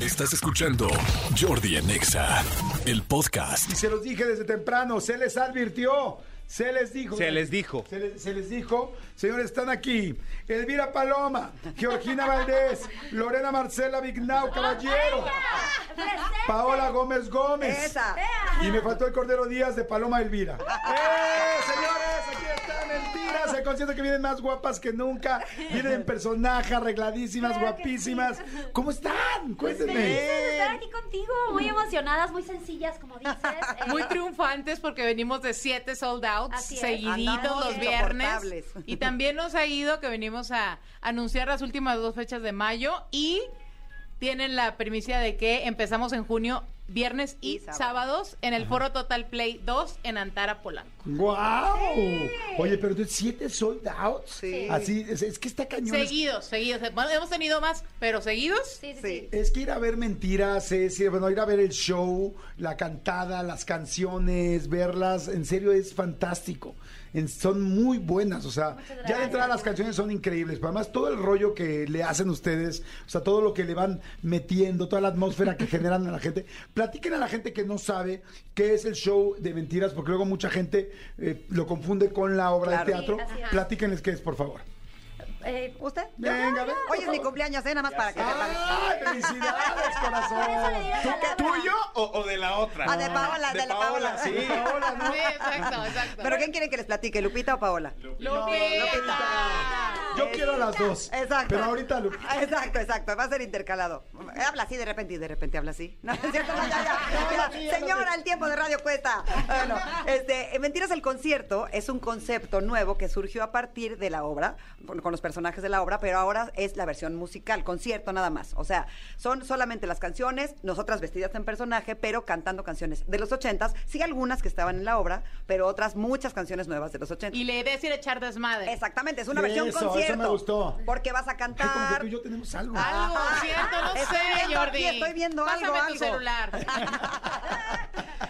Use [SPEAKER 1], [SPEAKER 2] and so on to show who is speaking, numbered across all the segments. [SPEAKER 1] Estás escuchando Jordi Anexa, el podcast.
[SPEAKER 2] Y se los dije desde temprano, se les advirtió, se les dijo.
[SPEAKER 3] Se les dijo.
[SPEAKER 2] Se les, se les dijo, señores, están aquí. Elvira Paloma, Georgina Valdés, Lorena Marcela Vignau Caballero, Paola Gómez Gómez.
[SPEAKER 4] Esa.
[SPEAKER 2] Y me faltó el Cordero Díaz de Paloma Elvira. ¡Eh, señores! Aquí están mentiras. El concierto que vienen más guapas que nunca. Vienen en personaje, arregladísimas,
[SPEAKER 5] Claro que
[SPEAKER 2] guapísimas.
[SPEAKER 5] sí. Pues
[SPEAKER 2] ¿Cómo están?
[SPEAKER 6] pues,
[SPEAKER 5] Felices
[SPEAKER 2] Cuéntenme.
[SPEAKER 5] de estar aquí contigo, muy emocionadas, muy sencillas, como dices. eh,
[SPEAKER 6] Muy triunfantes porque venimos de siete sold outs
[SPEAKER 5] Así es.
[SPEAKER 6] seguiditos
[SPEAKER 5] Andamos
[SPEAKER 6] los viernes.
[SPEAKER 4] insoportables.
[SPEAKER 6] Y también nos ha ido que venimos a anunciar las últimas dos fechas de mayo y tienen la primicia de que empezamos en junio, viernes y,
[SPEAKER 4] Y sábado.
[SPEAKER 6] sábados en el foro Total Play 2 en Antara Polanco.
[SPEAKER 2] ¡Guau! Oye, pero tú siete sold outs.
[SPEAKER 4] Sí.
[SPEAKER 2] Así, es, es que está cañón. Es-
[SPEAKER 6] Seguidos, seguidos. Bueno, hemos tenido más, pero seguidos.
[SPEAKER 5] Sí, sí,
[SPEAKER 4] Sí.
[SPEAKER 5] sí.
[SPEAKER 2] Es que ir a ver mentiras, es ir- bueno, ir a ver el show, la cantada, las canciones, verlas, en serio es fantástico. En- son muy buenas, o sea,
[SPEAKER 5] Muchas
[SPEAKER 2] ya de
[SPEAKER 5] gracias.
[SPEAKER 2] entrada las canciones son increíbles, pero además todo el rollo que le hacen ustedes, o sea, todo lo que le van metiendo, toda la atmósfera que generan a la gente. Platiquen a la gente que no sabe qué es el show de mentiras, porque luego mucha gente eh, lo confunde con la obra de
[SPEAKER 4] Claro.
[SPEAKER 2] teatro.
[SPEAKER 5] Sí, así es.
[SPEAKER 2] Platíquenles qué es, por favor.
[SPEAKER 5] Eh,
[SPEAKER 4] ¿Usted?
[SPEAKER 2] Venga, ven, por
[SPEAKER 4] Hoy es mi
[SPEAKER 2] favor.
[SPEAKER 4] cumpleaños, ¿eh? Nada más para que sepan.
[SPEAKER 2] ¡Ay, felicidades, corazón!
[SPEAKER 3] ¿Tú qué, ¿Tuyo o, o de la otra?
[SPEAKER 4] Ah, de Paola, de la Paola.
[SPEAKER 3] sí.
[SPEAKER 4] De
[SPEAKER 6] Sí, exacto, exacto.
[SPEAKER 4] ¿Pero quién quiere que les platique, Lupita o Paola?
[SPEAKER 6] Lupita.
[SPEAKER 2] Yo quiero a las dos.
[SPEAKER 4] Exacto.
[SPEAKER 2] Pero ahorita, Lu-
[SPEAKER 4] Ah, Exacto, exacto. Va a ser intercalado. Habla así de repente y de repente habla así. No, es cierto, no, ya, ya.
[SPEAKER 2] No, no,
[SPEAKER 4] Ya,
[SPEAKER 2] no,
[SPEAKER 4] Señora, el tiempo de radio cuesta. Bueno, este, Mentiras el concierto es un concepto nuevo que surgió a partir de la obra, con con los personajes de la obra, pero ahora es la versión musical, concierto nada más. O sea, son solamente las canciones, nosotras vestidas en personaje, pero cantando canciones de los ochentas. Sí, algunas que estaban en la obra, pero otras muchas canciones nuevas de los ochentas.
[SPEAKER 6] Y le idea es ir a echar desmadre.
[SPEAKER 4] Exactamente, es una
[SPEAKER 2] Eso,
[SPEAKER 4] versión
[SPEAKER 2] eso me
[SPEAKER 4] concierto.
[SPEAKER 2] gustó.
[SPEAKER 4] Porque vas a
[SPEAKER 2] Ay, como que
[SPEAKER 4] cantar.
[SPEAKER 2] tú y yo tenemos algo.
[SPEAKER 6] Algo,
[SPEAKER 4] Ah,
[SPEAKER 6] siento, no
[SPEAKER 4] estoy
[SPEAKER 6] sé,
[SPEAKER 4] viendo
[SPEAKER 6] Jordi.
[SPEAKER 4] aquí, estoy viendo
[SPEAKER 6] Pásame
[SPEAKER 4] algo,
[SPEAKER 6] tu
[SPEAKER 4] algo.
[SPEAKER 6] celular.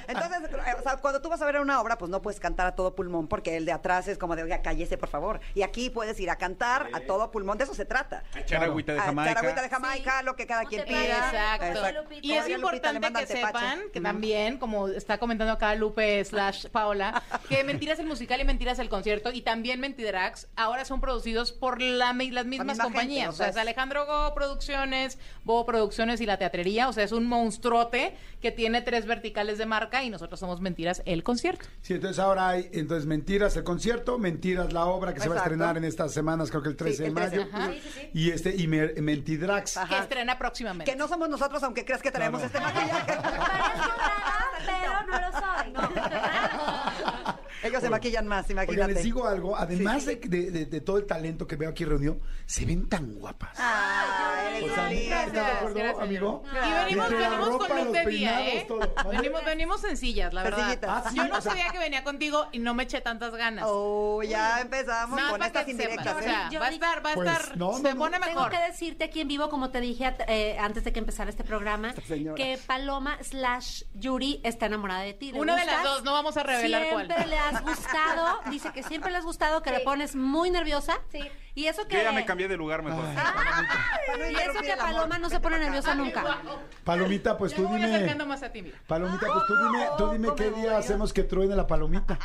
[SPEAKER 4] Entonces, eh, o sea, cuando tú vas a ver una obra, pues no puedes cantar a todo pulmón, porque el de atrás es como de, oiga, cállese, por favor. Y aquí puedes ir a cantar a todo pulmón, de eso se trata.
[SPEAKER 3] Echar agüita de
[SPEAKER 4] A
[SPEAKER 3] Jamaica.
[SPEAKER 4] echar agüita de Jamaica,
[SPEAKER 5] Sí.
[SPEAKER 4] lo que cada quien
[SPEAKER 5] Montepiedad.
[SPEAKER 4] pida.
[SPEAKER 6] Exacto.
[SPEAKER 5] Lupita.
[SPEAKER 6] Y es
[SPEAKER 4] Todavía Lupita le
[SPEAKER 6] importante
[SPEAKER 4] manda
[SPEAKER 6] que
[SPEAKER 4] tepache.
[SPEAKER 6] sepan que
[SPEAKER 4] Mm.
[SPEAKER 6] también, como está comentando acá Lupe slash Paola, que Mentiras el musical y Mentiras el concierto y también Mentidrax ahora son producidos por la mi- las mismas
[SPEAKER 4] misma
[SPEAKER 6] compañías.
[SPEAKER 4] gente, o
[SPEAKER 6] o sea,
[SPEAKER 4] sea,
[SPEAKER 6] es
[SPEAKER 4] es-
[SPEAKER 6] Alejandro Go Producciones, Bo Producciones y La Teatrería. O sea, es un monstruote que tiene tres verticales de marca y nosotros somos Mentiras el concierto.
[SPEAKER 2] Sí, entonces ahora hay entonces mentiras el concierto, mentiras la obra que se va a
[SPEAKER 4] Exacto.
[SPEAKER 2] estrenar en estas semanas, creo que el 13
[SPEAKER 4] Sí, el
[SPEAKER 2] de
[SPEAKER 4] 13,
[SPEAKER 2] mayo.
[SPEAKER 4] ajá.
[SPEAKER 5] Sí, sí, sí.
[SPEAKER 2] Y este y Mer- mentidrax.
[SPEAKER 4] Ajá.
[SPEAKER 6] Que estrena próximamente.
[SPEAKER 4] Que no somos nosotros, aunque creas que traemos
[SPEAKER 2] No, no.
[SPEAKER 4] este maquillaje.
[SPEAKER 5] Parezco nada, pero no lo soy.
[SPEAKER 4] Ellos se maquillan más, imagínate.
[SPEAKER 2] Oigan, les digo algo, además de, de- de- de todo el talento que veo aquí reunido, se ven tan guapas.
[SPEAKER 4] Ah,
[SPEAKER 5] Ay,
[SPEAKER 4] eres
[SPEAKER 2] O sea,
[SPEAKER 4] linda.
[SPEAKER 2] ¿estás de acuerdo,
[SPEAKER 6] gracias.
[SPEAKER 2] amigo?
[SPEAKER 6] Y venimos,
[SPEAKER 2] Desde la
[SPEAKER 6] venimos
[SPEAKER 2] ropa,
[SPEAKER 6] con look
[SPEAKER 2] los
[SPEAKER 6] de día,
[SPEAKER 2] peinados,
[SPEAKER 6] ¿eh?
[SPEAKER 2] todo. ¿Vale?
[SPEAKER 6] Venimos, venimos sencillas, la verdad.
[SPEAKER 4] Sencillitas.
[SPEAKER 2] Ah, sí,
[SPEAKER 6] Yo
[SPEAKER 2] o
[SPEAKER 6] no
[SPEAKER 2] sea-
[SPEAKER 6] sabía que venía contigo y no me eché tantas ganas.
[SPEAKER 4] Oh, ya empezamos
[SPEAKER 6] Nada
[SPEAKER 4] con
[SPEAKER 6] más para
[SPEAKER 4] estas
[SPEAKER 6] que sepas,
[SPEAKER 4] indirectas,
[SPEAKER 6] o
[SPEAKER 4] ¿eh?
[SPEAKER 6] sea,
[SPEAKER 5] Yo
[SPEAKER 6] va a
[SPEAKER 5] di-
[SPEAKER 6] estar, va a
[SPEAKER 2] Pues,
[SPEAKER 6] estar,
[SPEAKER 2] no,
[SPEAKER 6] se
[SPEAKER 2] no,
[SPEAKER 6] pone
[SPEAKER 2] no.
[SPEAKER 5] Tengo
[SPEAKER 6] mejor.
[SPEAKER 5] que decirte aquí en vivo, como te dije at- eh, antes de que empezara este programa,
[SPEAKER 4] señora.
[SPEAKER 5] que Paloma slash Yuri está enamorada de ti. ¿Le
[SPEAKER 6] Una de las
[SPEAKER 5] gustas?
[SPEAKER 6] dos, no vamos a revelar cuál.
[SPEAKER 5] Siempre le has gustado, dice que siempre le has gustado, que le pones muy nerviosa.
[SPEAKER 7] Sí.
[SPEAKER 5] Y eso que...
[SPEAKER 3] Yo ya me cambié de lugar mejor.
[SPEAKER 4] Ah, Para no
[SPEAKER 5] Y eso
[SPEAKER 4] interrumpir
[SPEAKER 5] que
[SPEAKER 4] el amor.
[SPEAKER 5] Paloma no se
[SPEAKER 4] Vente
[SPEAKER 5] pone
[SPEAKER 4] para acá.
[SPEAKER 5] nerviosa nunca.
[SPEAKER 2] Palomita, pues
[SPEAKER 6] Ya
[SPEAKER 2] tú
[SPEAKER 6] me voy acercando
[SPEAKER 2] dime.
[SPEAKER 6] más a ti, mira.
[SPEAKER 2] Palomita, pues tú dime, tú dime qué
[SPEAKER 4] ¿cómo
[SPEAKER 2] día
[SPEAKER 4] voy?
[SPEAKER 2] hacemos que truene la palomita.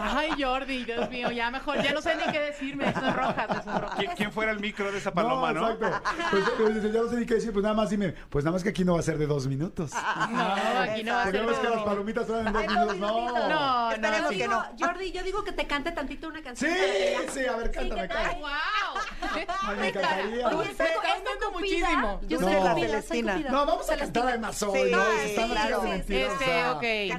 [SPEAKER 6] Ay, Jordi, Dios mío, ya mejor, ya no sé ni qué decirme, son
[SPEAKER 4] pues,
[SPEAKER 6] rojas, no son rojas.
[SPEAKER 3] ¿Qui- ¿Quién fuera el micro de esa paloma, no?
[SPEAKER 2] Exacto. Pues, pues, ya no sé ni qué decir, pues nada más dime, pues nada más que aquí no va a ser de dos minutos.
[SPEAKER 6] No, aquí Ah, no va a
[SPEAKER 2] Porque
[SPEAKER 6] ser.
[SPEAKER 2] ya ves Ah, que las
[SPEAKER 6] todo.
[SPEAKER 2] palomitas duran en dos
[SPEAKER 4] Ay, dos
[SPEAKER 2] minutos, Pues, no.
[SPEAKER 4] minutitos.
[SPEAKER 6] No,
[SPEAKER 4] Esperemos
[SPEAKER 5] Yo
[SPEAKER 6] no, sí.
[SPEAKER 5] digo,
[SPEAKER 4] no.
[SPEAKER 5] Jordi, yo digo que te cante tantito una
[SPEAKER 2] Sí,
[SPEAKER 5] canción. para que
[SPEAKER 2] sí, a ver, cántame,
[SPEAKER 5] ¿qué
[SPEAKER 2] cántame.
[SPEAKER 5] tal?
[SPEAKER 2] Ay,
[SPEAKER 5] ya-
[SPEAKER 2] me encantaría.
[SPEAKER 5] Oye,
[SPEAKER 6] Me está
[SPEAKER 5] esta
[SPEAKER 6] dando
[SPEAKER 5] cupida,
[SPEAKER 6] muchísimo.
[SPEAKER 5] Yo
[SPEAKER 2] No.
[SPEAKER 5] soy
[SPEAKER 2] La
[SPEAKER 5] cupida, soy
[SPEAKER 4] Celestina.
[SPEAKER 5] cupida.
[SPEAKER 2] No, vamos a
[SPEAKER 5] Celestina.
[SPEAKER 2] cantar además hoy.
[SPEAKER 4] Sí,
[SPEAKER 2] ¿no?
[SPEAKER 4] ay,
[SPEAKER 2] Se están las
[SPEAKER 4] claro.
[SPEAKER 2] chicas de mentiras.
[SPEAKER 6] Este, ok.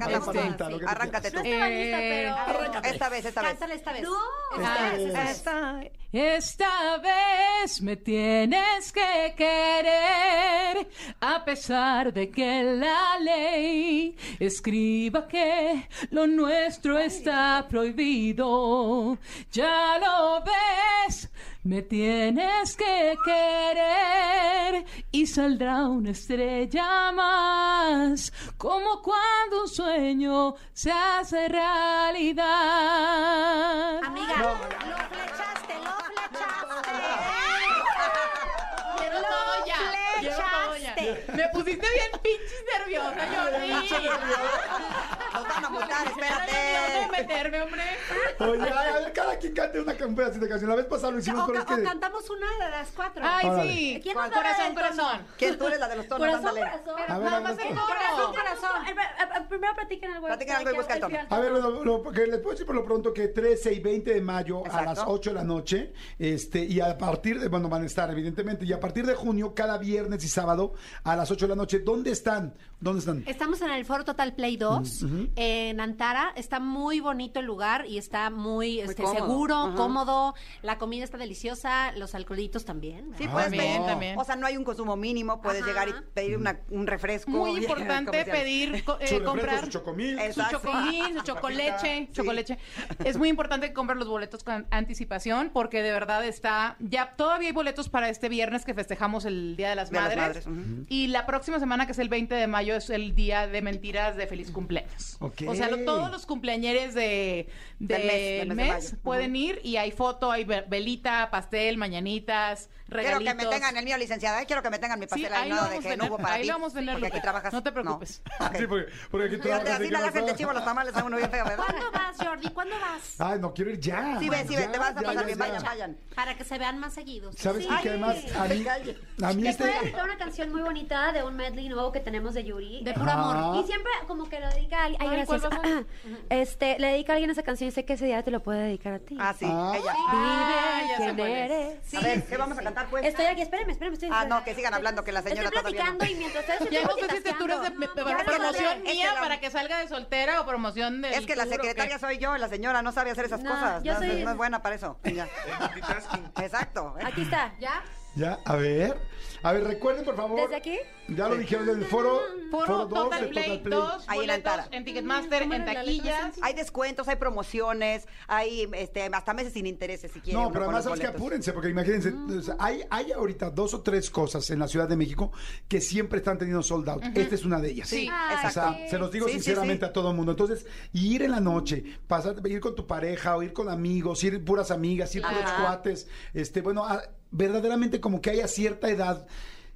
[SPEAKER 2] Cantamos
[SPEAKER 4] Cantamos
[SPEAKER 6] Este.
[SPEAKER 2] palomita, lo que tú
[SPEAKER 4] Arráncate
[SPEAKER 2] quieras.
[SPEAKER 4] tú.
[SPEAKER 5] No estaba lista,
[SPEAKER 6] Eh,
[SPEAKER 5] pero...
[SPEAKER 4] Esta vez, esta vez.
[SPEAKER 5] Cántala esta vez.
[SPEAKER 6] Ah,
[SPEAKER 5] Esta vez.
[SPEAKER 2] Esta vez.
[SPEAKER 4] Esta-
[SPEAKER 6] Esta vez me tienes que querer, a pesar de que la ley escriba que lo nuestro está prohibido. Ya lo ves, me tienes que querer y saldrá una estrella más, como cuando un sueño se hace realidad.
[SPEAKER 5] Amiga, lo flechaste, lo flechaste. ¡Cállate!
[SPEAKER 6] Me pusiste bien pinches nerviosa, Jordi.
[SPEAKER 4] Nos van a votar,
[SPEAKER 6] Nerviosa de
[SPEAKER 4] espérate.
[SPEAKER 6] meterme, hombre.
[SPEAKER 2] Oye, ay, a ver, cada quien cante una campera así de canción. La vez pasada lo hicimos,
[SPEAKER 5] O,
[SPEAKER 2] pero
[SPEAKER 5] ca-
[SPEAKER 2] es que.
[SPEAKER 5] o cantamos una de las cuatro.
[SPEAKER 2] Órale.
[SPEAKER 6] Ay, sí.
[SPEAKER 5] ¿Quién
[SPEAKER 6] corazón,
[SPEAKER 5] nos daba
[SPEAKER 6] corazón,
[SPEAKER 5] el tono?
[SPEAKER 6] corazón.
[SPEAKER 4] Que tú eres la de los tonos,
[SPEAKER 5] Corazón,
[SPEAKER 4] ándale.
[SPEAKER 5] corazón.
[SPEAKER 2] A ver,
[SPEAKER 6] Nada más
[SPEAKER 2] hazlo.
[SPEAKER 6] el
[SPEAKER 5] Corazón,
[SPEAKER 6] coro.
[SPEAKER 5] corazón. Eh, eh, eh, Primero platiquen algo.
[SPEAKER 4] Platiquen algo y busca el tono.
[SPEAKER 2] A ver, lo, lo- que les puedo decir por lo pronto que 13 y 20 de mayo a
[SPEAKER 4] Exacto.
[SPEAKER 2] las 8 de la noche, este, y a partir de, bueno, van a estar, evidentemente, y a partir de junio, cada viernes y sábado a las 8 de la noche, ¿dónde están? ¿Dónde están?
[SPEAKER 5] Estamos en el Foro Total Play 2 en Antara. Está muy bonito el lugar y está muy, este,
[SPEAKER 4] cómodo.
[SPEAKER 5] seguro,
[SPEAKER 4] Ajá.
[SPEAKER 5] cómodo. La comida está deliciosa, los alcoholitos también.
[SPEAKER 4] Sí,
[SPEAKER 2] Ah,
[SPEAKER 4] puedes
[SPEAKER 2] bien,
[SPEAKER 4] pedir.
[SPEAKER 6] también.
[SPEAKER 4] O sea, no hay un consumo mínimo. Puedes
[SPEAKER 5] Ajá.
[SPEAKER 4] llegar y pedir una- un refresco.
[SPEAKER 6] Muy
[SPEAKER 4] Bien,
[SPEAKER 6] importante
[SPEAKER 4] comercial.
[SPEAKER 6] pedir, co- eh,
[SPEAKER 2] Su refresco,
[SPEAKER 6] comprar.
[SPEAKER 2] su chocomil.
[SPEAKER 4] Exacto.
[SPEAKER 6] su chocomil, su chocoleche, chocoleche. Es muy importante que compren los boletos con anticipación porque de verdad está ya todavía hay boletos para este viernes que festejamos el Día de las
[SPEAKER 4] Día de las
[SPEAKER 6] Madres.
[SPEAKER 4] Madres, ujú.
[SPEAKER 6] Y la próxima semana que es el 20 de mayo es el Día de Mentiras de Feliz Cumpleaños.
[SPEAKER 2] Ok.
[SPEAKER 6] O sea, lo- todos los cumpleañeres de, de-
[SPEAKER 4] Del mes, del
[SPEAKER 6] del
[SPEAKER 4] mes de
[SPEAKER 6] mes
[SPEAKER 4] mayo.
[SPEAKER 6] pueden
[SPEAKER 4] Ujú.
[SPEAKER 6] ir y hay foto, hay ve- velita, pastel, mañanitas,
[SPEAKER 4] Quiero
[SPEAKER 6] regalitos.
[SPEAKER 4] que me tengan el mío, licenciada. ¿eh? Quiero que me tengan mi
[SPEAKER 6] Sí,
[SPEAKER 4] pastel
[SPEAKER 6] ahí
[SPEAKER 4] ahí,
[SPEAKER 6] lo
[SPEAKER 4] nada de
[SPEAKER 6] vamos
[SPEAKER 4] que
[SPEAKER 6] a
[SPEAKER 4] no
[SPEAKER 6] tener.
[SPEAKER 4] hubo para
[SPEAKER 6] Ahí
[SPEAKER 4] ti,
[SPEAKER 6] lo vamos a tener,
[SPEAKER 4] Porque aquí
[SPEAKER 6] Lupe.
[SPEAKER 4] trabajas. Ah,
[SPEAKER 6] No te preocupes.
[SPEAKER 4] Ok.
[SPEAKER 2] Sí, porque, porque aquí
[SPEAKER 4] Fíjate,
[SPEAKER 2] trabajas,
[SPEAKER 4] así
[SPEAKER 2] ¿qué
[SPEAKER 4] la
[SPEAKER 2] vas
[SPEAKER 4] hacen de
[SPEAKER 2] a-
[SPEAKER 4] chivo los tamales a uno bien feo, ¿verdad?
[SPEAKER 5] ¿Cuándo vas, Jordi? ¿Cuándo vas?
[SPEAKER 2] Ay, no quiero ir ya.
[SPEAKER 4] Sí, ve, sí, ve,
[SPEAKER 2] Ya,
[SPEAKER 4] te vas a
[SPEAKER 2] ya,
[SPEAKER 4] pasar
[SPEAKER 2] ya,
[SPEAKER 4] bien.
[SPEAKER 2] ya.
[SPEAKER 4] Vayan, vayan.
[SPEAKER 5] Para que se vean más seguidos.
[SPEAKER 2] ¿Sabes
[SPEAKER 5] Sí.
[SPEAKER 2] qué? Que además, a mí, a mí
[SPEAKER 7] Les voy
[SPEAKER 2] este...
[SPEAKER 7] a dedicar una canción muy bonita de un medley nuevo que tenemos de Yuri.
[SPEAKER 5] De puro amor.
[SPEAKER 2] Ah.
[SPEAKER 7] Y siempre como que lo dedica a alguien.
[SPEAKER 5] Ay,
[SPEAKER 7] Ay,
[SPEAKER 5] ¿cuál
[SPEAKER 7] gracias. Este, le dedica a alguien esa canción y sé que ese día te lo puede dedicar a ti.
[SPEAKER 4] Ah, sí,
[SPEAKER 2] Ah.
[SPEAKER 4] ella.
[SPEAKER 6] Ah, ya
[SPEAKER 7] Vive
[SPEAKER 6] sé
[SPEAKER 7] quién
[SPEAKER 6] cuál es.
[SPEAKER 7] eres.
[SPEAKER 4] a ver, ¿qué vamos a cantar, pues?
[SPEAKER 7] Estoy aquí, espérenme, espérenme. estoy-
[SPEAKER 4] Ah, no, que sigan hablando, que la señora
[SPEAKER 7] Estoy
[SPEAKER 4] todavía no.
[SPEAKER 7] platicando y mientras ustedes
[SPEAKER 6] Ya
[SPEAKER 7] están
[SPEAKER 6] no sé si este tour es de,
[SPEAKER 7] multitaskeando.
[SPEAKER 6] de- de-
[SPEAKER 7] Ya lo
[SPEAKER 6] promoción
[SPEAKER 7] sé.
[SPEAKER 4] es
[SPEAKER 6] mía
[SPEAKER 4] que la-
[SPEAKER 6] para que salga de soltera o promoción de.
[SPEAKER 4] Es que la secretaria soy yo, la señora no sabe hacer esas
[SPEAKER 7] No,
[SPEAKER 4] cosas.
[SPEAKER 7] yo
[SPEAKER 4] no,
[SPEAKER 7] soy-
[SPEAKER 4] no es buena para eso. Ya.
[SPEAKER 3] El multitasking.
[SPEAKER 4] Exacto. ¿eh?
[SPEAKER 7] Aquí está.
[SPEAKER 5] ¿Ya?
[SPEAKER 2] Ya, a ver. A ver, recuerden, por favor.
[SPEAKER 7] ¿Desde aquí?
[SPEAKER 2] Ya lo dijeron en el foro.
[SPEAKER 6] Foro
[SPEAKER 2] dos
[SPEAKER 6] Total
[SPEAKER 2] de
[SPEAKER 6] Play 2,
[SPEAKER 4] Ahí en la
[SPEAKER 6] boletos
[SPEAKER 4] entrada.
[SPEAKER 6] en Ticketmaster, en taquillas.
[SPEAKER 4] Hay descuentos, hay promociones, hay este, hasta meses sin intereses si quieren.
[SPEAKER 2] No,
[SPEAKER 4] uno
[SPEAKER 2] pero
[SPEAKER 4] con
[SPEAKER 2] además
[SPEAKER 4] los
[SPEAKER 2] es que
[SPEAKER 4] boletos.
[SPEAKER 2] apúrense, porque imagínense, o sea, hay, hay ahorita dos o tres cosas en la Ciudad de México que siempre están teniendo sold out. Esta es una de ellas.
[SPEAKER 6] Sí,
[SPEAKER 7] Ay,
[SPEAKER 2] O sea,
[SPEAKER 7] sí.
[SPEAKER 2] se los digo
[SPEAKER 4] Sí, sí,
[SPEAKER 2] sinceramente
[SPEAKER 4] sí.
[SPEAKER 2] a todo el mundo. Entonces, ir en la noche, pasar, ir con tu pareja o ir con amigos, ir puras amigas, ir puros
[SPEAKER 4] Ajá.
[SPEAKER 2] cuates, este, bueno, a- verdaderamente como que haya cierta edad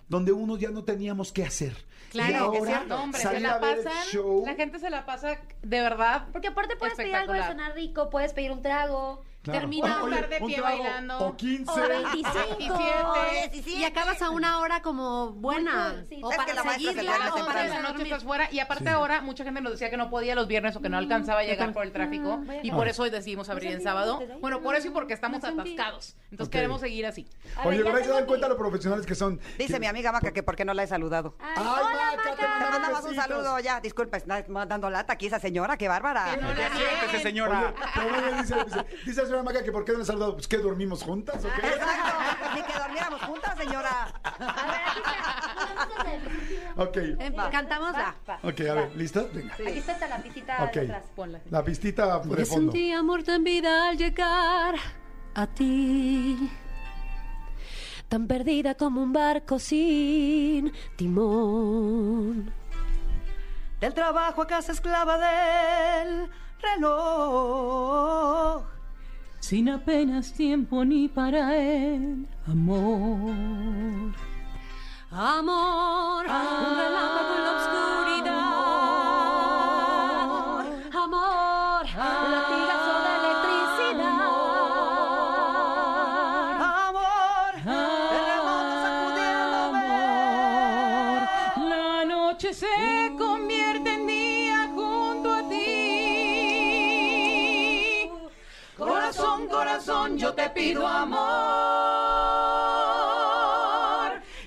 [SPEAKER 2] donde uno ya no teníamos que hacer.
[SPEAKER 6] Claro,
[SPEAKER 2] y
[SPEAKER 6] es
[SPEAKER 2] ahora
[SPEAKER 6] cierto, hombre, se
[SPEAKER 2] salir a
[SPEAKER 6] la
[SPEAKER 2] ver el
[SPEAKER 6] pasan,
[SPEAKER 2] show,
[SPEAKER 6] la gente se la pasa de verdad.
[SPEAKER 7] Porque aparte puedes pedir algo de
[SPEAKER 6] Espectacular.
[SPEAKER 7] sonar rico, puedes pedir un trago.
[SPEAKER 2] claro.
[SPEAKER 6] termina
[SPEAKER 2] Oye,
[SPEAKER 6] estar de
[SPEAKER 2] un
[SPEAKER 6] pie
[SPEAKER 2] trago,
[SPEAKER 6] bailando.
[SPEAKER 2] O 15.
[SPEAKER 7] O 25.
[SPEAKER 6] 27.
[SPEAKER 5] Y acabas a una hora como
[SPEAKER 7] Muy
[SPEAKER 5] buena.
[SPEAKER 7] cool, sí.
[SPEAKER 5] O
[SPEAKER 7] Es
[SPEAKER 5] para
[SPEAKER 4] que la maestra se
[SPEAKER 5] seguirla,
[SPEAKER 4] duerme
[SPEAKER 5] o para
[SPEAKER 6] Claro, para la
[SPEAKER 4] temprano.
[SPEAKER 5] dormir.
[SPEAKER 6] noche Mm, estás fuera. Y aparte ahora, mucha gente nos decía que no podía los viernes o que no alcanzaba a llegar por el tráfico. Y por eso hoy decidimos abrir en sábado. Bueno, por eso y porque estamos atascados. Entonces
[SPEAKER 2] Ok.
[SPEAKER 6] queremos seguir así.
[SPEAKER 7] A ver,
[SPEAKER 2] Oye,
[SPEAKER 7] ya
[SPEAKER 2] ¿verdad que se
[SPEAKER 7] tengo
[SPEAKER 2] dan
[SPEAKER 7] mi-
[SPEAKER 2] cuenta lo profesionales que son?
[SPEAKER 4] Dice
[SPEAKER 2] Que-
[SPEAKER 4] mi amiga Maca que por qué no la he saludado.
[SPEAKER 7] Ay,
[SPEAKER 2] Ay,
[SPEAKER 7] hola,
[SPEAKER 2] Maca, te
[SPEAKER 7] Maca.
[SPEAKER 4] Te mandamos un
[SPEAKER 2] Ah, besitos.
[SPEAKER 4] saludo ya. Disculpa, está dando lata aquí esa señora, qué bárbara.
[SPEAKER 6] Que no la
[SPEAKER 3] Siéntese,
[SPEAKER 6] nieguen.
[SPEAKER 2] Oye,
[SPEAKER 3] señora.
[SPEAKER 2] pero bueno, dice, dice, dice la señora Maca que por qué no le saludado. Pues que dormimos juntas o qué.
[SPEAKER 4] Exacto, ni que dormiéramos juntas, señora.
[SPEAKER 7] A ver, aquí está. Vamos a hacer-
[SPEAKER 2] Ok,
[SPEAKER 5] Em,
[SPEAKER 4] Va.
[SPEAKER 5] Cantamos la.
[SPEAKER 2] ok, a ver, ¿listas? Venga.
[SPEAKER 7] Aquí está hasta la visita
[SPEAKER 2] Ok.
[SPEAKER 7] de atrás.
[SPEAKER 6] Ponla.
[SPEAKER 2] La pistita de
[SPEAKER 5] Yo
[SPEAKER 2] fondo.
[SPEAKER 5] sentí amor tan vida al llegar a ti. Tan perdida como un barco sin timón.
[SPEAKER 4] Del trabajo a casa esclava del reloj.
[SPEAKER 6] Sin apenas tiempo ni para el amor.
[SPEAKER 5] Amor, un relámpago en la oscuridad. Amor, un latigazo de electricidad.
[SPEAKER 4] Amor, el remoto sacudiéndome.
[SPEAKER 6] La noche se convierte en día junto a ti. Corazón, corazón, yo te pido amor.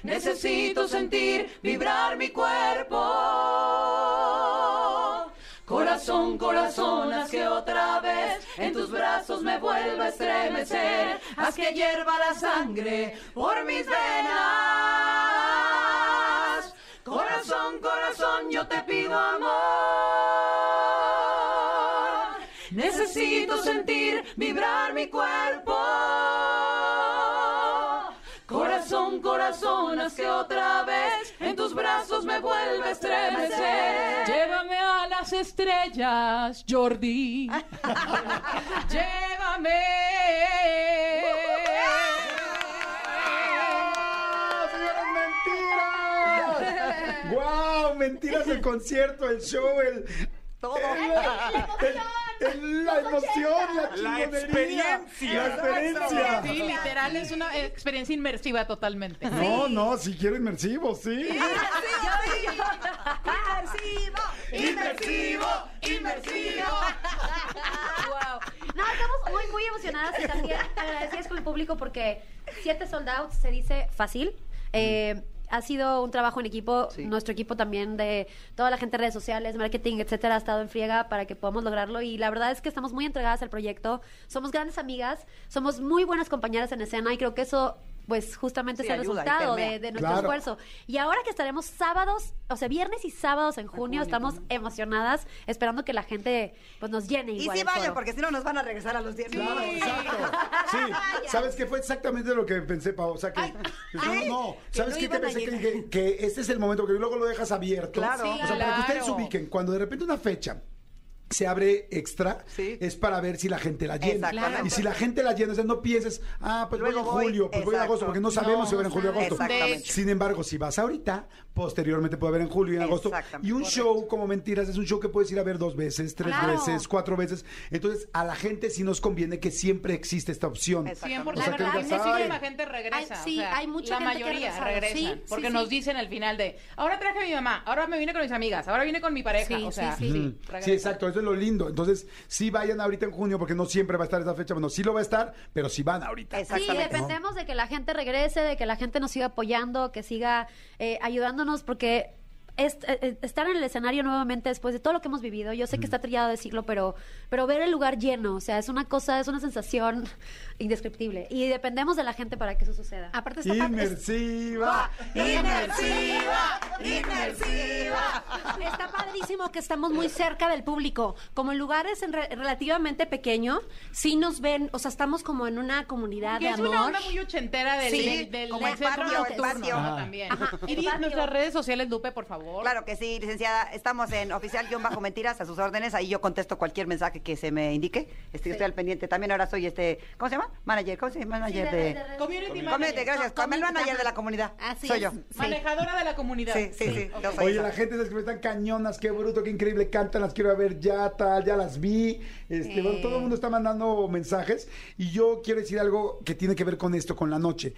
[SPEAKER 6] Necesito sentir vibrar mi cuerpo. Corazón, corazón, haz que otra vez en tus brazos me vuelva a estremecer. Haz que hierva la sangre por mis venas. Corazón, corazón, yo te pido amor. Necesito sentir vibrar mi cuerpo. Corazón, corazón, haz que otra vez en tus brazos me vuelva a estremecer. Llévame a las estrellas, Jordi. Llévame.
[SPEAKER 2] ¡Señoras mentiras! ¡Guau! Mentiras del concierto, el show, el.
[SPEAKER 4] Todo.
[SPEAKER 2] el- el- el- la emoción, la
[SPEAKER 3] La
[SPEAKER 2] chingonería,
[SPEAKER 3] experiencia.
[SPEAKER 2] La experiencia.
[SPEAKER 6] Sí, literal, es una experiencia inmersiva totalmente.
[SPEAKER 2] No, no, si quiero inmersivo, sí.
[SPEAKER 4] ¡Inmersivo!
[SPEAKER 3] Inmersivo, inmersivo.
[SPEAKER 7] Wow. No, estamos muy, muy emocionadas y también agradecidas con el público porque siete sold outs se dice fácil. Eh, ha sido un trabajo en equipo.
[SPEAKER 4] Sí.
[SPEAKER 7] Nuestro equipo también de toda la gente de redes sociales, marketing, etcétera, ha estado en friega para que podamos lograrlo. Y la verdad es que estamos muy entregadas al proyecto. Somos grandes amigas, somos muy buenas compañeras en escena y creo que eso, pues, justamente
[SPEAKER 4] Sí,
[SPEAKER 7] es el
[SPEAKER 4] ayuda y
[SPEAKER 7] resultado
[SPEAKER 4] permea.
[SPEAKER 7] de, de nuestro
[SPEAKER 2] Claro.
[SPEAKER 7] esfuerzo. Y ahora que estaremos sábados, o sea, viernes y sábados en junio,
[SPEAKER 4] junio,
[SPEAKER 7] estamos emocionadas, esperando que la gente pues, nos llene.
[SPEAKER 4] Y
[SPEAKER 7] igual
[SPEAKER 4] sí
[SPEAKER 7] el
[SPEAKER 4] vayan,
[SPEAKER 7] foro.
[SPEAKER 4] porque si no nos van a regresar a los 10
[SPEAKER 2] Claro, exacto. Sí, ¿sabes qué fue exactamente lo que pensé, Pau? O sea, que.
[SPEAKER 4] ay,
[SPEAKER 2] no, no.
[SPEAKER 4] que
[SPEAKER 2] ¿Sabes qué?
[SPEAKER 4] no
[SPEAKER 2] Que
[SPEAKER 4] iban a
[SPEAKER 2] pensé que,
[SPEAKER 4] llegar.
[SPEAKER 2] dije que este es el momento, porque luego lo dejas abierto.
[SPEAKER 4] Claro. Sí,
[SPEAKER 2] o sea, para que ustedes se
[SPEAKER 6] claro.
[SPEAKER 2] ubiquen, cuando de repente una fecha se abre extra,
[SPEAKER 4] Sí.
[SPEAKER 2] es para ver si la gente la llena.
[SPEAKER 4] Exactamente.
[SPEAKER 2] Y si la gente la llena, o sea, no pienses, ah, pues
[SPEAKER 4] Luego
[SPEAKER 2] voy en
[SPEAKER 4] voy,
[SPEAKER 2] julio, pues voy en
[SPEAKER 4] exacto.
[SPEAKER 2] agosto, porque no sabemos
[SPEAKER 6] No,
[SPEAKER 2] si va a haber en julio o agosto.
[SPEAKER 4] Exactamente.
[SPEAKER 2] Sin embargo, si vas ahorita, posteriormente puede haber en julio y en agosto.
[SPEAKER 4] Exactamente,
[SPEAKER 2] Y un
[SPEAKER 4] correcto.
[SPEAKER 2] show como Mentiras es un show que puedes ir a ver dos veces, tres
[SPEAKER 7] Claro.
[SPEAKER 2] veces, cuatro veces. Entonces, a la gente sí nos conviene que siempre existe esta opción.
[SPEAKER 4] Exacto.
[SPEAKER 6] 100%.
[SPEAKER 4] O sea,
[SPEAKER 6] la
[SPEAKER 4] que
[SPEAKER 6] verdad,
[SPEAKER 2] digas,
[SPEAKER 6] muchísima
[SPEAKER 2] "Ay".
[SPEAKER 6] gente regresa.
[SPEAKER 7] Ay,
[SPEAKER 6] o
[SPEAKER 7] sí,
[SPEAKER 6] sea,
[SPEAKER 7] hay
[SPEAKER 6] La
[SPEAKER 7] mucha gente que ha
[SPEAKER 6] mayoría
[SPEAKER 7] regresado,
[SPEAKER 6] regresan.
[SPEAKER 7] sí, sí,
[SPEAKER 6] porque
[SPEAKER 7] sí.
[SPEAKER 6] nos dicen al final de, ahora traje a mi mamá, ahora me vine con mis amigas, ahora vine con mi pareja.
[SPEAKER 7] Sí,
[SPEAKER 6] o sea,
[SPEAKER 7] sí, sí.
[SPEAKER 6] sí,
[SPEAKER 2] Mm. Sí,
[SPEAKER 6] regresan.
[SPEAKER 2] exacto, eso es lo lindo. Entonces, sí vayan ahorita en junio, porque no siempre va a estar esa fecha. Bueno, sí lo va a estar, pero sí van ahorita.
[SPEAKER 7] Sí,
[SPEAKER 4] Exactamente.
[SPEAKER 7] dependemos de que la gente regrese, de que la gente nos siga apoyando, que siga eh, ayudándonos, porque est- eh, eh, estar en el escenario nuevamente después de todo lo que hemos vivido, yo sé que está trillado decirlo, pero, pero ver el lugar lleno, o sea, es una cosa, es una sensación indescriptible. Y dependemos de la gente para que eso suceda.
[SPEAKER 8] Aparte
[SPEAKER 5] Pues
[SPEAKER 8] está padre- es-
[SPEAKER 2] Inmersiva.
[SPEAKER 4] ¡Inmersiva! ¡Inmersiva!
[SPEAKER 8] Está padrísimo que estamos muy cerca del público. Como el lugar es en re- relativamente pequeño, sí nos ven, o sea, estamos como en una comunidad
[SPEAKER 6] Que
[SPEAKER 8] de
[SPEAKER 6] es
[SPEAKER 8] amor.
[SPEAKER 6] una onda muy ochentera del,
[SPEAKER 8] Sí,
[SPEAKER 6] del, del-
[SPEAKER 4] como
[SPEAKER 6] del
[SPEAKER 4] el
[SPEAKER 6] centro
[SPEAKER 4] patio, el
[SPEAKER 6] nocturno,
[SPEAKER 4] patio.
[SPEAKER 6] ¿no?
[SPEAKER 4] Ajá.
[SPEAKER 6] también.
[SPEAKER 7] Ajá,
[SPEAKER 6] Y
[SPEAKER 7] el
[SPEAKER 6] di
[SPEAKER 7] patio.
[SPEAKER 6] nuestras redes sociales, Lupe, por favor.
[SPEAKER 4] Claro que sí, licenciada. Estamos en oficial-bajo mentiras a sus órdenes. Ahí yo contesto cualquier mensaje que se me indique. Este, yo Estoy al pendiente. También ahora soy este, ¿cómo se llama? Manager. ¿Cómo se llama? Manager de...
[SPEAKER 6] Community
[SPEAKER 4] Community,
[SPEAKER 6] manager.
[SPEAKER 4] gracias.
[SPEAKER 8] Com-
[SPEAKER 4] Como el manager de la comunidad.
[SPEAKER 8] Así
[SPEAKER 4] soy
[SPEAKER 8] es.
[SPEAKER 4] yo.
[SPEAKER 8] Sí.
[SPEAKER 6] Manejadora de la comunidad.
[SPEAKER 4] Sí, sí, sí. yo soy
[SPEAKER 2] Oye,
[SPEAKER 4] esa.
[SPEAKER 2] la gente se escribe, están cañonas, qué bruto, qué increíble, cantan, las quiero ver ya, tal, ya las vi. Este, bueno, todo el mundo está mandando mensajes y yo quiero decir algo que tiene que ver con esto, con la noche.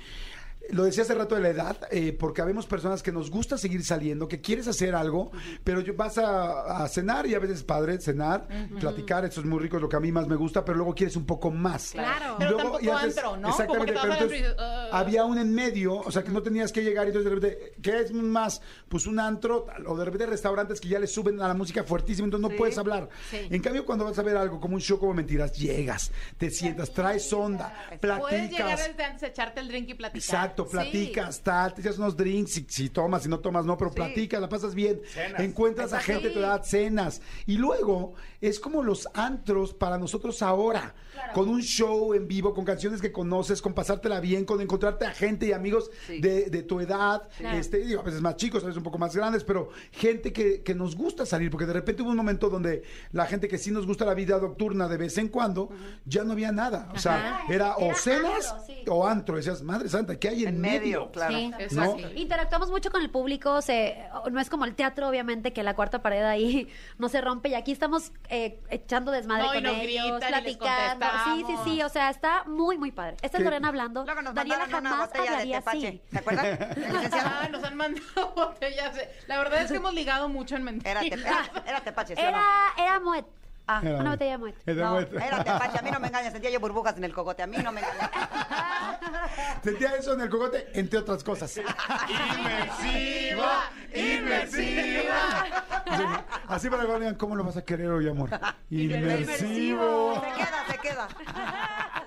[SPEAKER 2] Lo decía hace rato de la edad, eh, porque habemos personas que nos gusta seguir saliendo, que quieres hacer algo, pero yo- vas a, a cenar y a veces es padre cenar, platicar, eso es muy rico, es lo que a mí más me gusta, pero luego quieres un poco más.
[SPEAKER 8] Claro.
[SPEAKER 2] Y
[SPEAKER 6] Pero tampoco antro, ¿no? Como
[SPEAKER 2] Exactamente,
[SPEAKER 6] que te
[SPEAKER 2] pero
[SPEAKER 6] vas al antro
[SPEAKER 2] entonces,
[SPEAKER 6] y dices, "Ah".
[SPEAKER 2] había un en medio, o sea, que no tenías que llegar y entonces de repente, ¿qué es más? Pues un antro, tal, o de repente restaurantes que ya le suben a la música fuertísimo, entonces no puedes hablar. En cambio, cuando vas a ver algo como un show como Mentiras, llegas, te sientas, traes onda,
[SPEAKER 6] Puedes llegar
[SPEAKER 2] platicas.
[SPEAKER 6] desde antes, echarte el drink y platicar.
[SPEAKER 2] Exacto,
[SPEAKER 6] Sí.
[SPEAKER 2] platicas, tal, te echas unos drinks, si, si tomas, si no tomas, no, pero platicas, la pasas bien,
[SPEAKER 3] Cenas.
[SPEAKER 2] encuentras a gente, te da cenas. Y luego es como los antros para nosotros ahora, con un show en vivo, con canciones que conoces, con pasártela bien, con encontrarte a gente y amigos de, de tu edad, este, digo, a veces más chicos, a veces un poco más grandes, pero gente que, que nos gusta salir, porque de repente hubo un momento donde la gente que sí nos gusta la vida nocturna de vez en cuando, ya no había nada. O sea,
[SPEAKER 7] Ajá.
[SPEAKER 2] era o
[SPEAKER 7] Era
[SPEAKER 2] cenas
[SPEAKER 7] antro, sí.
[SPEAKER 2] o antro. Decías, madre santa, ¿qué hay en,
[SPEAKER 4] En medio, claro.
[SPEAKER 7] Sí.
[SPEAKER 6] Exacto.
[SPEAKER 2] ¿No?
[SPEAKER 7] Interactuamos mucho con el público, se, no es como el teatro, obviamente, que la cuarta pared ahí no se rompe. Y aquí estamos eh, echando desmadre
[SPEAKER 6] No, y
[SPEAKER 7] con
[SPEAKER 6] nos
[SPEAKER 7] ellos,
[SPEAKER 6] gritan y les
[SPEAKER 7] platicando. Sí, sí,
[SPEAKER 6] contestamos.
[SPEAKER 7] sí, o sea, está muy, muy padre. Esta es
[SPEAKER 2] ¿Qué?
[SPEAKER 7] Lorena hablando.
[SPEAKER 4] Luego nos
[SPEAKER 7] Daniela
[SPEAKER 4] mandaron una
[SPEAKER 7] jamás
[SPEAKER 4] botella de
[SPEAKER 7] hablaría
[SPEAKER 4] tepache.
[SPEAKER 7] así.
[SPEAKER 4] ¿Se acuerdan?
[SPEAKER 6] Ah, nos han mandado botellas. de- La verdad es que hemos ligado mucho en mentiras.
[SPEAKER 4] Era, te- era, era tepache, ¿sí o no?
[SPEAKER 7] Era, era Moet.
[SPEAKER 4] Ah.
[SPEAKER 7] Una botella de Moet.
[SPEAKER 4] No, era tepache, a mí no me engañas, sentía yo burbujas en el cocote, a mí no me engañas.
[SPEAKER 2] Sentía eso en el cogote, entre otras cosas.
[SPEAKER 3] Inmersiva, inmersiva.
[SPEAKER 2] Así para que luego digan, ¿cómo lo vas a querer hoy, amor? Inmersivo.
[SPEAKER 4] Se queda, se queda.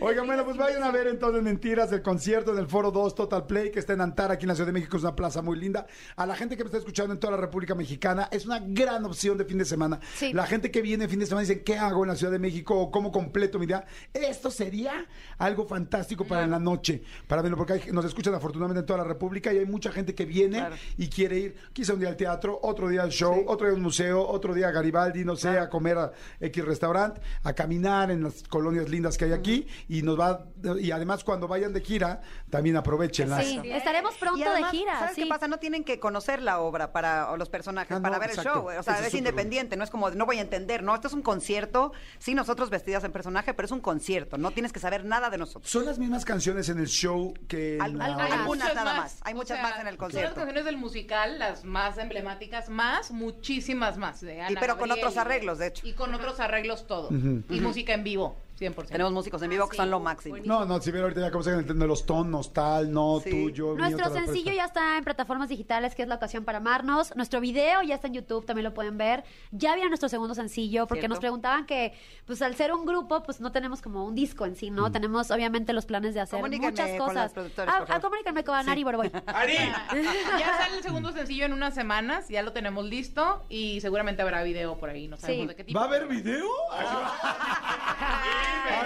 [SPEAKER 2] Oigan, bueno, pues vayan a ver entonces Mentiras, el concierto en el Foro 2 Total Play, que está en Antara, aquí en la Ciudad de México, es una plaza muy linda. A la gente que me está escuchando en toda la República Mexicana, es una gran opción de fin de semana.
[SPEAKER 7] Sí.
[SPEAKER 2] La gente que viene fin de semana dice, ¿qué hago en la Ciudad de México? ¿O ¿Cómo completo mi día? Esto sería algo fantástico para en la noche, para verlo, porque hay- nos escuchan afortunadamente en toda la República y hay mucha gente que viene y quiere ir, quizá un día al teatro, otro día al show, otro día a un museo,
[SPEAKER 4] Ah.
[SPEAKER 2] otro día a Garibaldi, no sé, a comer a X restaurante, a caminar en las colonias lindas que hay aquí. aquí y nos va y además cuando vayan de gira también aprovechenlas.
[SPEAKER 7] Sí, estaremos pronto
[SPEAKER 4] Y además,
[SPEAKER 7] de gira.
[SPEAKER 4] ¿Sabes
[SPEAKER 7] sí.
[SPEAKER 4] qué pasa? No tienen que conocer la obra para o los personajes
[SPEAKER 2] Ah,
[SPEAKER 4] para
[SPEAKER 2] no,
[SPEAKER 4] ver
[SPEAKER 2] exacto.
[SPEAKER 4] el show. O
[SPEAKER 2] Eso
[SPEAKER 4] sea,
[SPEAKER 2] es
[SPEAKER 4] es
[SPEAKER 2] súper
[SPEAKER 4] independiente, no es como no voy a entender, no, esto es un concierto, sí nosotros vestidas en personaje, pero es un concierto, no tienes que saber nada de nosotros.
[SPEAKER 2] Son las mismas canciones en el show que en
[SPEAKER 4] Al-
[SPEAKER 2] la-
[SPEAKER 4] al-
[SPEAKER 6] Hay
[SPEAKER 4] algunas
[SPEAKER 6] muchas
[SPEAKER 4] nada más, hay muchas más en el concierto.
[SPEAKER 6] Son las canciones del musical, las más emblemáticas, más, muchísimas más. De Ana
[SPEAKER 4] pero con
[SPEAKER 6] Gabriel,
[SPEAKER 4] otros arreglos, de hecho.
[SPEAKER 6] Y con otros arreglos todo. Y música en vivo, 100%.
[SPEAKER 4] Tenemos músicos en vivo
[SPEAKER 7] Ah,
[SPEAKER 4] que son lo máximo.
[SPEAKER 2] No, no, si ven ahorita ya cómo se entiende los tonos, tal, no,
[SPEAKER 4] Sí.
[SPEAKER 2] tuyo, mío,
[SPEAKER 7] Nuestro
[SPEAKER 2] te la
[SPEAKER 7] sencillo
[SPEAKER 2] presto.
[SPEAKER 7] ya está en plataformas digitales, que es la ocasión para amarnos. Nuestro video ya está en YouTube, también lo pueden ver. Ya viene nuestro segundo sencillo, porque
[SPEAKER 4] Cierto.
[SPEAKER 7] nos preguntaban que, pues al ser un grupo, pues no tenemos como un disco en sí,
[SPEAKER 2] Mm.
[SPEAKER 7] ¿no? Tenemos obviamente los planes de hacer
[SPEAKER 4] Comuníquenme
[SPEAKER 7] muchas
[SPEAKER 4] con las
[SPEAKER 7] cosas. Ah,
[SPEAKER 4] productoras, por favor.
[SPEAKER 7] comuníquenme con Anari Borboy.
[SPEAKER 6] Ya sale el segundo sencillo en unas semanas, ya lo tenemos listo y seguramente habrá video por ahí, no sabemos
[SPEAKER 7] Sí.
[SPEAKER 6] de qué tipo.
[SPEAKER 2] ¿Va a haber video?
[SPEAKER 4] Ah,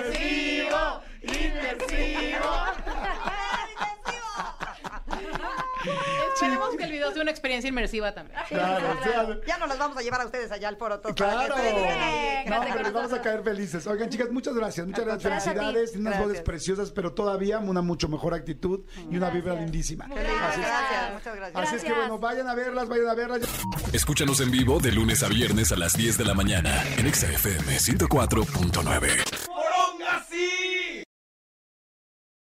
[SPEAKER 3] Inmersivo, inmersivo.
[SPEAKER 6] Esperemos que el video sea una experiencia inmersiva también.
[SPEAKER 2] Claro, claro.
[SPEAKER 4] Ya no las vamos a llevar a ustedes allá al foro todo para
[SPEAKER 2] Claro.
[SPEAKER 4] que ustedes digan ahí.
[SPEAKER 2] No, pero les vamos a caer felices. Oigan, chicas, muchas gracias. Muchas gracias.
[SPEAKER 7] contrario.
[SPEAKER 2] Felicidades. Tienen unas
[SPEAKER 4] Gracias.
[SPEAKER 2] voces preciosas, pero todavía una mucho mejor actitud y una vibra lindísima.
[SPEAKER 4] Gracias,
[SPEAKER 2] Así es.
[SPEAKER 4] gracias, muchas gracias.
[SPEAKER 2] Así es que bueno, vayan a verlas, vayan a verlas.
[SPEAKER 1] Escúchanos en vivo de lunes a viernes a las 10 de la mañana en Exa FM 104.9.